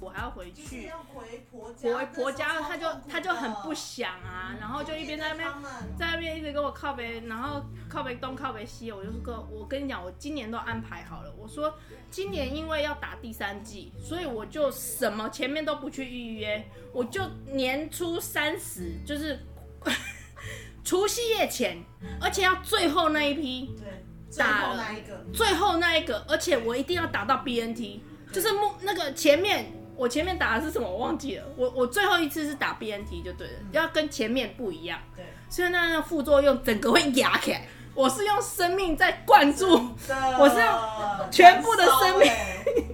我还要回就是去。要回婆家，婆婆家他就他他就很不想啊，然后就一边在那边边，在那边一直跟我靠北，然后靠北东靠北西，我就说哥，我跟你讲，我今年都安排好了。我说今年因为要打第三季，所以我就什么前面都不去预约，我就年初三十，就是 除夕夜前，而且要最后那一批，对，最打后了那一个，最后那一个，而且我一定要打到 BNT，就是目那个前面我前面打的是什么我忘记了，我我最后一次是打 BNT 就对了，要跟前面不一样，对，所以那那副作用整个会压起来。我是用生命在灌注，我是要全部的生命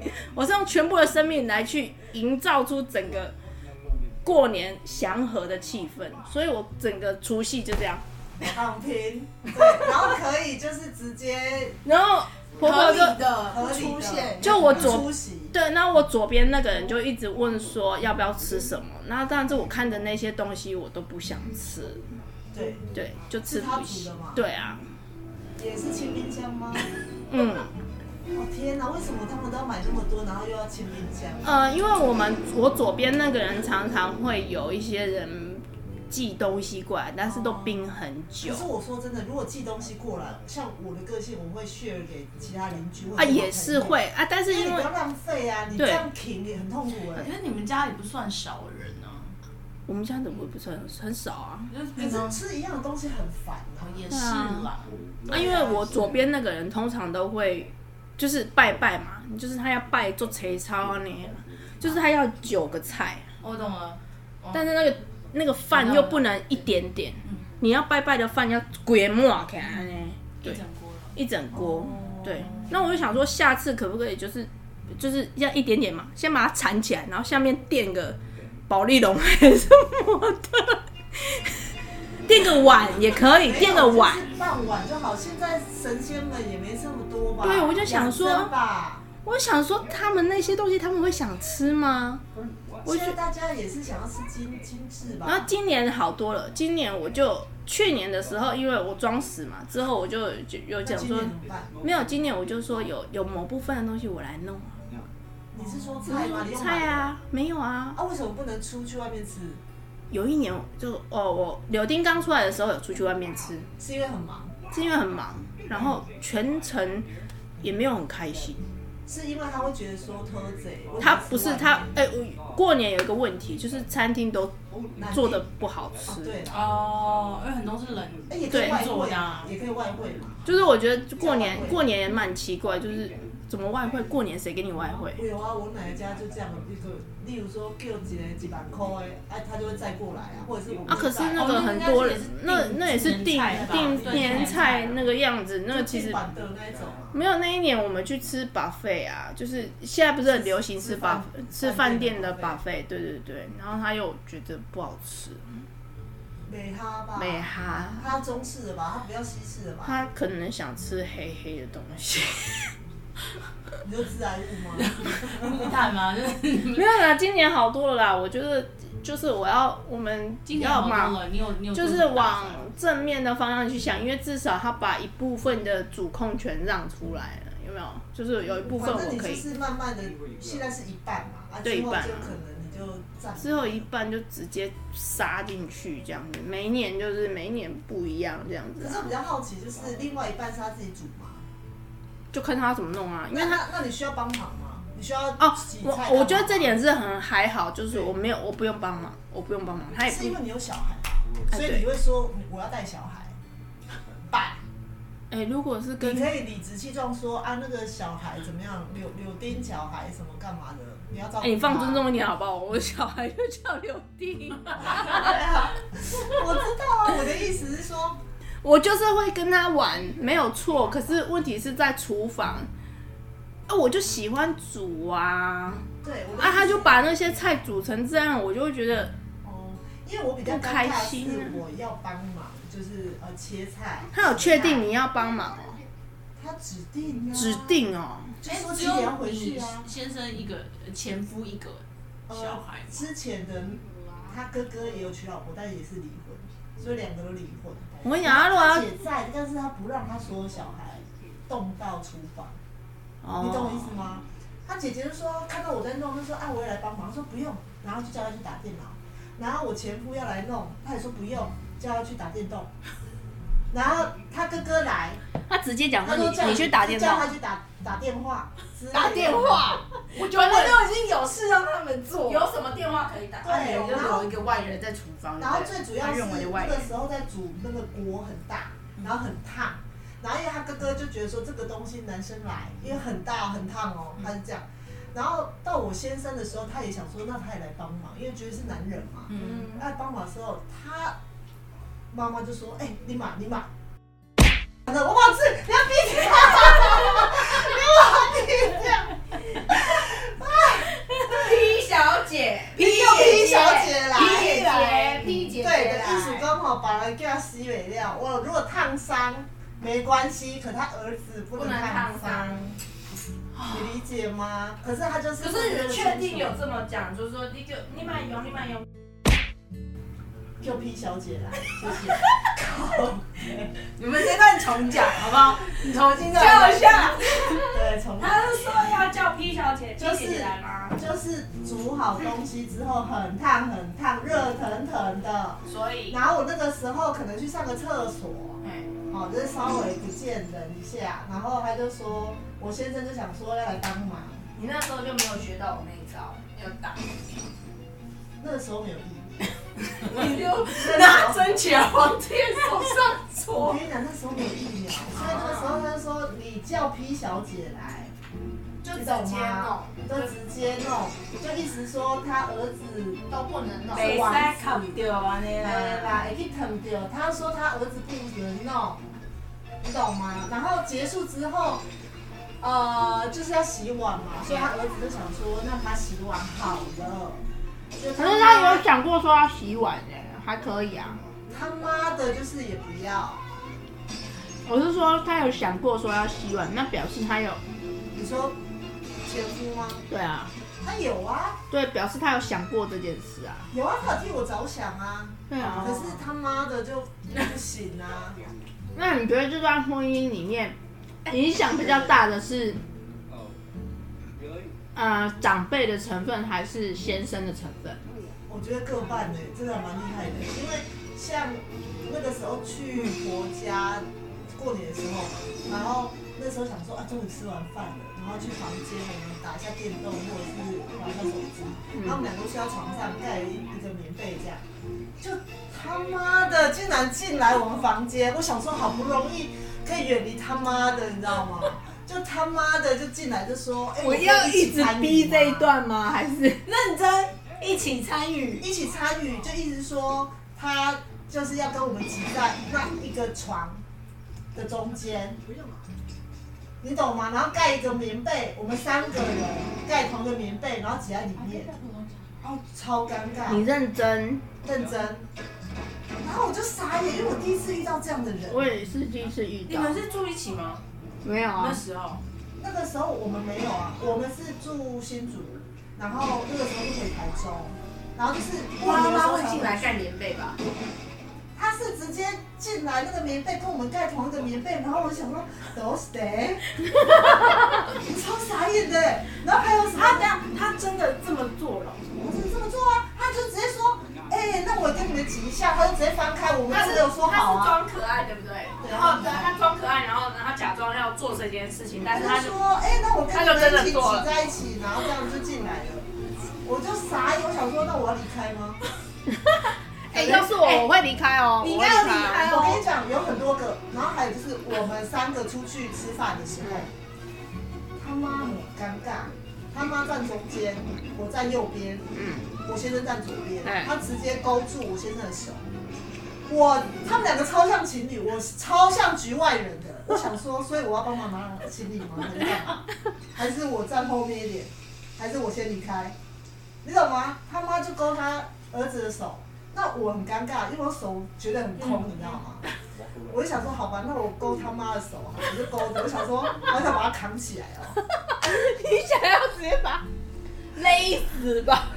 命，我是用全部的生命来去营造出整个过年祥和的气氛，所以我整个除夕就这样，躺平，对，然后可以就是直接然后 婆婆就合的理的出现，就我左出席，对，那我左边那个人就一直问说要不要吃什么，那但是我看的那些东西我都不想吃，对，对，就吃是他不煮起的吗。对啊，也是清冰箱吗？嗯哦天哪，为什么他们都要买那么多，然后又要清冰箱？呃，因为我们我左边那个人常常会有一些人寄东西过来，但是都冰很久哦可是我说真的，如果寄东西过来，像我的个性，我会 share 给其他邻居或者啊，我朋友哎也是，会啊，但是因为你因不为要浪费啊，你对这样停也很痛苦 哎、可是你们家也不算少人啊，我们家怎么不是很很少啊？就是平常可是吃一样的东西很烦哦。啊也是啦，啊，因为我左边那个人通常都会就是拜拜嘛，就是他要拜做切操啊那样，就是他要九个菜。我懂了。但是那个那个饭又不能一点点，嗯你要拜拜的饭要滚满起来呢，一对整锅了，一整锅。哦对，那我就想说，下次可不可以就是就是要一点点嘛，先把它缠起来，然后下面垫个保利龙 还是什么的，垫个碗也可以，垫个碗没。有就是傍晚就好。现在神仙们也没这么多吧？对我就想说养生吧，我想说，他们那些东西他们会想吃吗？我现觉在大家也是想要吃精精致然后吧？今年好多了，今年我就去年的时候，因为我装死嘛，之后我就就有那讲今说年怎么办？没有，今年我就说有有某部分的东西我来弄啊，你是说菜吗？你用买菜的？啊，没有啊。啊，为什么不能出去外面吃？有一年就哦，我柳丁刚出来的时候有出去外面吃，是因为很忙，是因为很忙，然后全程也没有很开心。是因为他会觉得说偷贼。他不是他，哎、我过年有一个问题，就是餐厅都做的不好哦吃，对了，哦，因为很多是冷哎也可以对外做汇的啊啊，也可以外汇嘛。就是我觉得过年过年也蛮奇怪，就是怎么外汇过年谁给你外汇？我有啊，我奶奶家就这样，例如例如说给我几人几万块，哎、啊，他就会再过来啊，或者是我们啊，可是那带个很多人，哦那那那那也也是是订订年菜吧订对年年菜菜那个样子，那个其实就定版的那一种啊。没有那一年我们去吃 buffet 啊，就是现在不是很流行吃吃 buff 饭吃饭店的饭 buffet，对对对，然后他又觉得不好吃，美哈吧，美哈，他中式的吧，他不要西式的吧，他可能想吃黑黑的东西， 你就致癌物吗？木炭嘛，就是 没有啦，今年好多了啦，我觉得就是我要我们今年要好多嘛。了，你有你有就是往正面的方向去想，因为至少他把一部分的主控权让出来了，有没有？就是有一 部分反正我你可就以，是慢慢的，现在是一半嘛，啊，对之一后半啊就可能你就占之后一半就直接杀进去这样子，每一年就是每一年不一样这样子、可啊。是我比较好奇，就是另外一半是他自己煮嘛？嗯就看他怎么弄啊，因为那他那那你需要帮忙吗？你需要哦洗，菜干嘛啊我我觉得这点是很还好，就是我没有，我不用帮忙，我不用帮忙，他也是因不为，你有小孩吧，哎所以你会说我要带小孩。爸，哎、如果是你跟可以理直气壮说啊，那个小孩怎么样，柳柳丁小孩什么干嘛的，你要照顾他。哎、你放尊重一点好不好？我小孩就叫柳 丁，啊我知道啊，我的意思是说，我就是会跟他玩，没有错，可是问题是在厨房，啊，我就喜欢煮啊，对，我的啊，意思他就把那些菜煮成这样，我就会觉得哦，因为我比较不开尴尬心啊是我要帮忙，就是呃切菜，他有确定你要帮忙哦，他指定啊，指定哦，就哎说只几点有要回去你啊，先生一个，呃前夫一个，小孩呃之前的他哥哥也有娶老婆，但也是离婚，所以两个都离婚。我跟你讲，他如果他要姐在，但是他不让他所有小孩动到厨房，你懂我意思哦，吗？他姐姐就说看到我在弄，就说啊我也来帮忙，他说不用，然后就叫他去打电脑。然后我前夫要来弄，他也说不用，叫他去打电动。然后他哥哥来，他直接讲他说说叫你你去打电就叫话他，去打打电话，打电，话，我觉我得都已经有事让他们做。有啊什么电话可以打？对，对，就然是后有一个外人在厨房，然后对不最对主要他是认为的外那个人，时候在煮那个锅很大，然后很烫，然后因为他哥哥就觉得说这个东西男生来，因为很大很烫哦，他是这样。然后到我先生的时候，他也想说，那他也来帮忙，因为觉得是男人嘛。嗯，他来帮忙的时候，他妈妈就说：“哎、你买，你买。”那我不好吃，你要闭嘴，你要闭嘴。 P 小姐，P 又 P 小姐来，P 姐姐，P 姐姐对的来意思刚好把人叫洗尾料。我如果烫伤没关系，可他儿子不能烫伤，你理解吗？可是他就是可是你确定有这这么讲，就是说你就你买油，你买油，就 P 小姐 来，谢谢。你们这段重讲好不好？你重新再叫来一下，对，从他是说要叫 P 小姐就，P 是姐姐来吗？就是煮好东西之后很烫很烫，热腾腾的。所以，然后我那个时候可能去上个厕所。哎，哦，就是稍微不见人一下，然后他就说，我先生就想说要来帮忙，你那时候就没有学到我那一招，要打，那个时候没有意义。你就拿针钳往自己 手上我戳，跟你讲，那时候没有疫苗，所以那个时候他就说，你叫 P 小姐来，就你直懂接吗弄，？就直接弄，就意思说他儿子都不能弄。北塞卡掉啊那哎啦，啦，会去疼掉。他说他儿子不能弄，你懂吗？然后结束之后，呃，就是要洗碗嘛，所以他儿子就想说，那他洗碗好了。就可他是妈他有讲过说要洗碗哎，还可以啊。他妈的，就是也不要。我是说他有想过说要洗碗，那表示他有你说前夫吗？对啊，他有啊，对，表示他有想过这件事啊。有啊，他有替我着想啊。对啊可，是他妈的就不行啊。那你觉得这段婚姻里面哎影响比较大的是哦，可以。呃长辈的成分还是先生的成分？我觉得各半呢、真的蛮厉害的。因为像那个时候去婆家过年的时候，然后那时候想说啊，终于吃完饭了，然后去房间我们打一下电动或者是玩一下手机，然后我们两个都睡到床上盖一个棉被这样，就他妈的竟然进来我们房间，我想说好不容易可以远离他妈的，你知道吗？就他妈的就进来就说，哎、可以起参与吗段吗？还是认真一起参与。一起参与，就一直说他就是要跟我们挤在那一个床的中间，你懂吗？然后盖一个棉被，我们三个人盖同一个棉被，然后挤在里面，哦，超尴你尬，认真？认真。然后我就傻眼，因为我第一次遇到这样的人。 我也是第一次遇你到们，是住一起吗？没有那啊？时候那个时候我们没有啊，我们是住新竹，然后那个时候就回台中，然后就是过年的时候才回去盖棉被吧？他是直接进来那个棉被跟我们盖同一个棉被，然后我想说都 是谁？你超傻眼的，然后还有什他么这？样，他真的这么做了？我怎么这么做啊？他就直接说，嗯哎、那我跟你们挤一下，他就直接翻开，我们他只是有说好他是啊。装可爱，对不对？对然后他装可爱，然后然后假装要做这件事情，但是他他就就说，哎、那我跟你他就们真的一起做了挤在一起，然后这样就进来了。我就傻眼，我想说，那我要离开吗？哎，要是我，我会离开哦。你应我会该要离开哦离开我跟你讲，有很多个，然后还有就是我们三个出去吃饭的时候，他妈很尴尬，他妈站中间，我站右边，嗯，我先生站左边哎，他直接勾住我先生的手，我他们两个超像情侣，我超像局外人的，我想说，所以我要帮忙拿行李吗？还是干嘛？还是我站后面一点，还是我先离开？你懂吗？他妈就勾他儿子的手，那我很尴尬，因为我手觉得很嗯空，你知道吗？我就想说，好吧，那我勾他妈的手啊，我就勾着，我想说，好想把它扛起来哦。 你想要直接把它勒死 吧？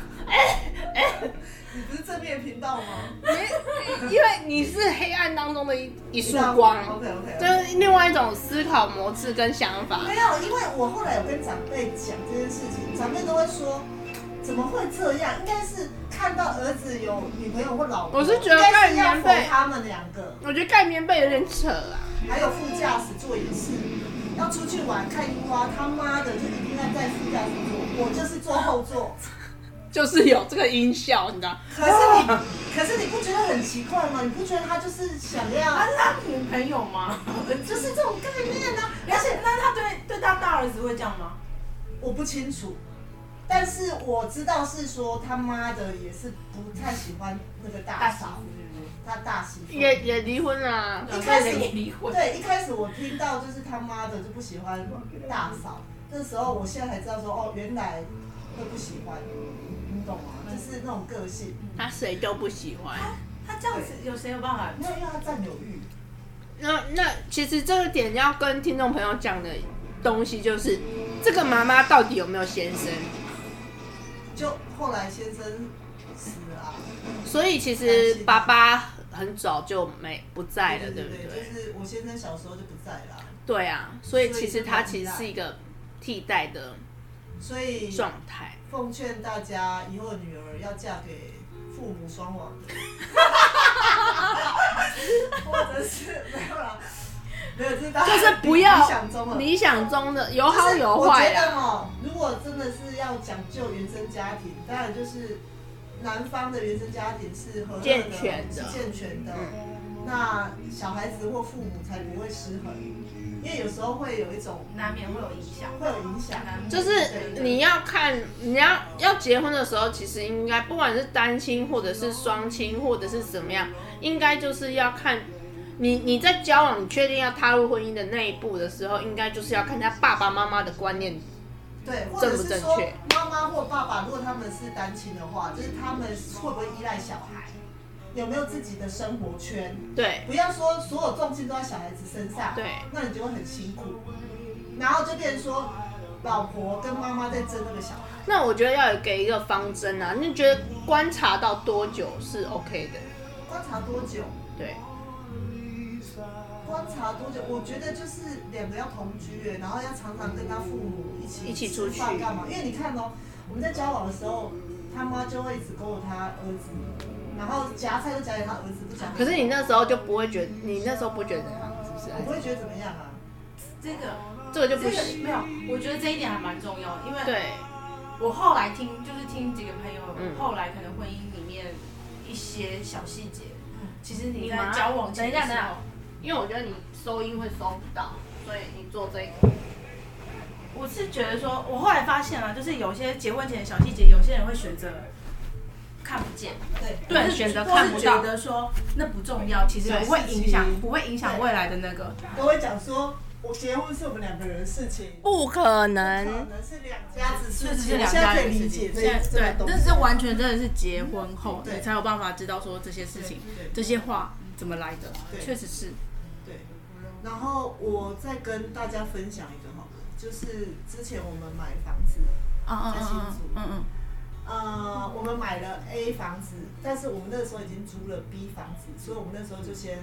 你不是正面频道吗？因因为你是黑暗当中的一一束光，啊 OK OK。这是另外一种思考模式跟想法。没有，因为我后来有跟长辈讲这件事情，长辈都会说，怎么会这样？应该是看到儿子有女朋友或老婆，我是觉得应该看是要棉扶被他们两个，我觉得盖棉被有点扯啊，还有副驾驶座也是，要出去玩看樱花，他妈的就一定要在副驾驶座，我就是坐 后座。就是有这个音效，你知道？可是你，可是你不觉得很奇怪吗？你不觉得他就是想要，啊，是他女朋友吗？就是这种概念啊？而 而且且那他对对他大儿子会这样吗？我不清楚，但是我知道是说他妈的也是不太喜欢那个大嫂，嗯他大媳妇。也也离婚啦、啊，一开开始始离婚，对，一开始我听到就是他妈的就不喜欢大嫂，那时候我现在才知道说哦，原来会不喜欢，你懂吗？嗯就是那种个性，他谁都不喜欢。他这样子有谁有办法？没有因为他占有欲。那那其实这个点要跟听众朋友讲的东西就是，这个妈妈到底有没有先生？就后来先生死了啊，所以其实爸爸很早就没不在了，对不对？对？就是我先生小时候就不在了啊，对啊，所以其实他其实是一个替代的所以状态。奉劝大家以后女儿要嫁给父母双亡 的，或者是没有啦，没有，就是大家就是不要理想中的理想中的有有好有坏啊我觉啦，得哦，如果真的是要讲究原生家庭，当然就是男方的原生家庭是和乐健的全的嗯是健全的。那小孩子或父母才不会失衡，因为有时候会有一种难免会有影响，会有影响。难免就是你要看你要要结婚的时候，其实应该不管是单亲或者是双亲或者是怎么样，应该就是要看。你你在交往，你确定要踏入婚姻的那一步的时候，应该就是要看他爸爸妈妈的观念对，或者正是不正说确妈妈或爸爸，如果他们是单亲的话，就是他们会不会依赖小孩，有没有自己的生活圈？对。不要说所有重心都在小孩子身上，对那你就会很辛苦。然后就变成说，老婆跟妈妈在争那个小孩。那我觉得要有给一个方针啊，你觉得观察到多久是 OK 的？观察多久？对，观察多久？我觉得就是两个要同居耶，然后要常常跟他父母一起一起出去吃饭干嘛？因为你看哦，我们在交往的时候，他妈就会一直勾着他儿子，然后夹菜都夹给他儿子，不夹给他。可是你那时候就不会觉得，你那时候不觉得怎样，是不我不是？会觉得怎么样啊。这个这个就这不个行。没有，我觉得这一点还蛮重要的，因为对，我后来听，就是听几个朋友，嗯后来可能婚姻里面一些小细节，其实你嗯你妈在交往前的等一下等时一下候，因为我觉得你收音会收不到，所以你做这个。我是觉得说，我后来发现啊，就是有些结婚前的小细节，有些人会选择看不见，对对或是选择看不到或是觉得说那不重要，其实对不会影事响，情不会影响未来的那个。都会讲说，我结婚是我们两个人的事情，不可可能，能是两家子事这只是情。我两现在家可人以的理事解情，这现在这个对，东但西是完全真的是结婚后，对你才有办法知道说这些事情对对，这些话怎么来的，对确实是。对。然后我再跟大家分享一个好了，就是之前我们买房子，嗯嗯在嗯新嗯竹嗯嗯，呃，我们买了 A 房子，但是我们那时候已经租了 B 房子，所以我们那时候就先，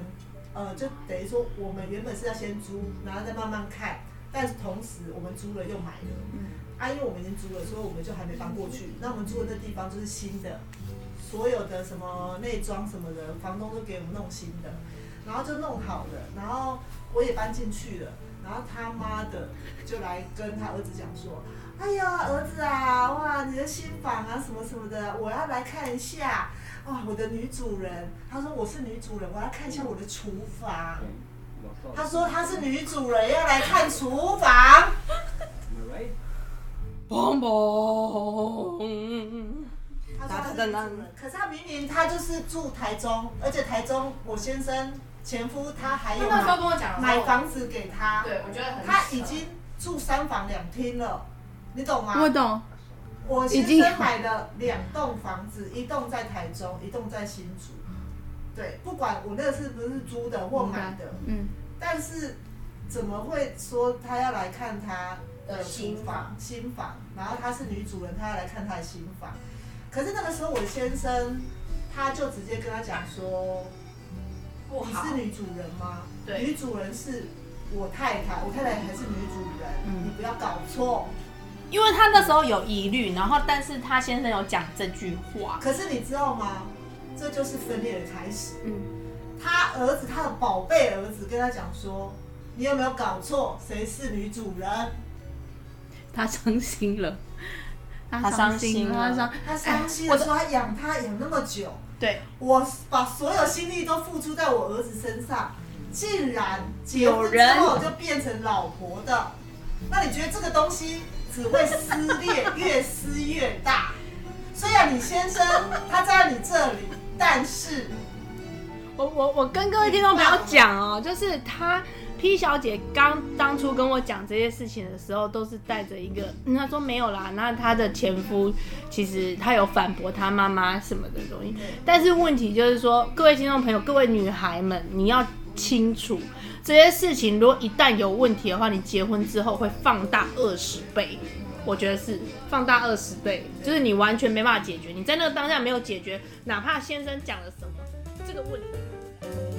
呃，就等于说我们原本是要先租，然后再慢慢看，但是同时我们租了又买了，啊，因为我们已经租了，所以我们就还没搬过去。那我们住的那地方就是新的，所有的什么内装什么的，房东都给我们弄新的，然后就弄好了，然后我也搬进去了，然后他妈的就来跟他儿子讲说，哎呀，儿子啊，哇，你的新房啊什么什么的，我要来看一下，哇，我的女主人，他说我是女主人，我要看一下我的厨房，他说她是女主人，要来看厨房。 Am I right? 砰砰，他说他是住了可是他明明他就是住台中，而且台中我先生前夫他还有那时候买跟我讲的时候买，房子给他，对我觉得很扯他已经住三房两厅了，你懂吗？我懂。我已先经生买了两栋房子，一栋在台中，一栋在新竹。对，不管我那是不是租的或买的，嗯，但是怎么会说他要来看他的新厨房新房，然后她是女主人，她要来看她的新房。可是那个时候我先生他就直接跟他讲说，不你好是，女主人吗？对女主人是我太太，我太太还是女主人，嗯你不要搞错。因为他那时候有疑虑，然后但是他先生有讲这句话，可是你知道吗？这就是分裂的开始。嗯他儿子，他的宝贝儿子跟他讲说：“你有没有搞错？谁是女主人他伤心了，他他伤心了他伤？”他伤心的说：“他养他养那么久，哎对，我把所有心力都付出在我儿子身上，竟然结有婚之人后就变成老婆的。那你觉得这个东西只会撕裂，越撕越大？ 虽然你先生他在你这里，但是我我我跟各位听众朋友讲哦，就是她 P 小姐刚当初跟我讲这些事情的时候，都是带着一个，嗯她说没有啦，那她的前夫其实他有反驳她妈妈什么的东西，但是问题就是说，各位听众朋友，各位女孩们，你要清楚这些事情，如果一旦有问题的话，你结婚之后会放大二十倍。我觉得是放大二十倍，就是你完全没办法解决，你在那个当下没有解决，哪怕先生讲了什么，这个问题。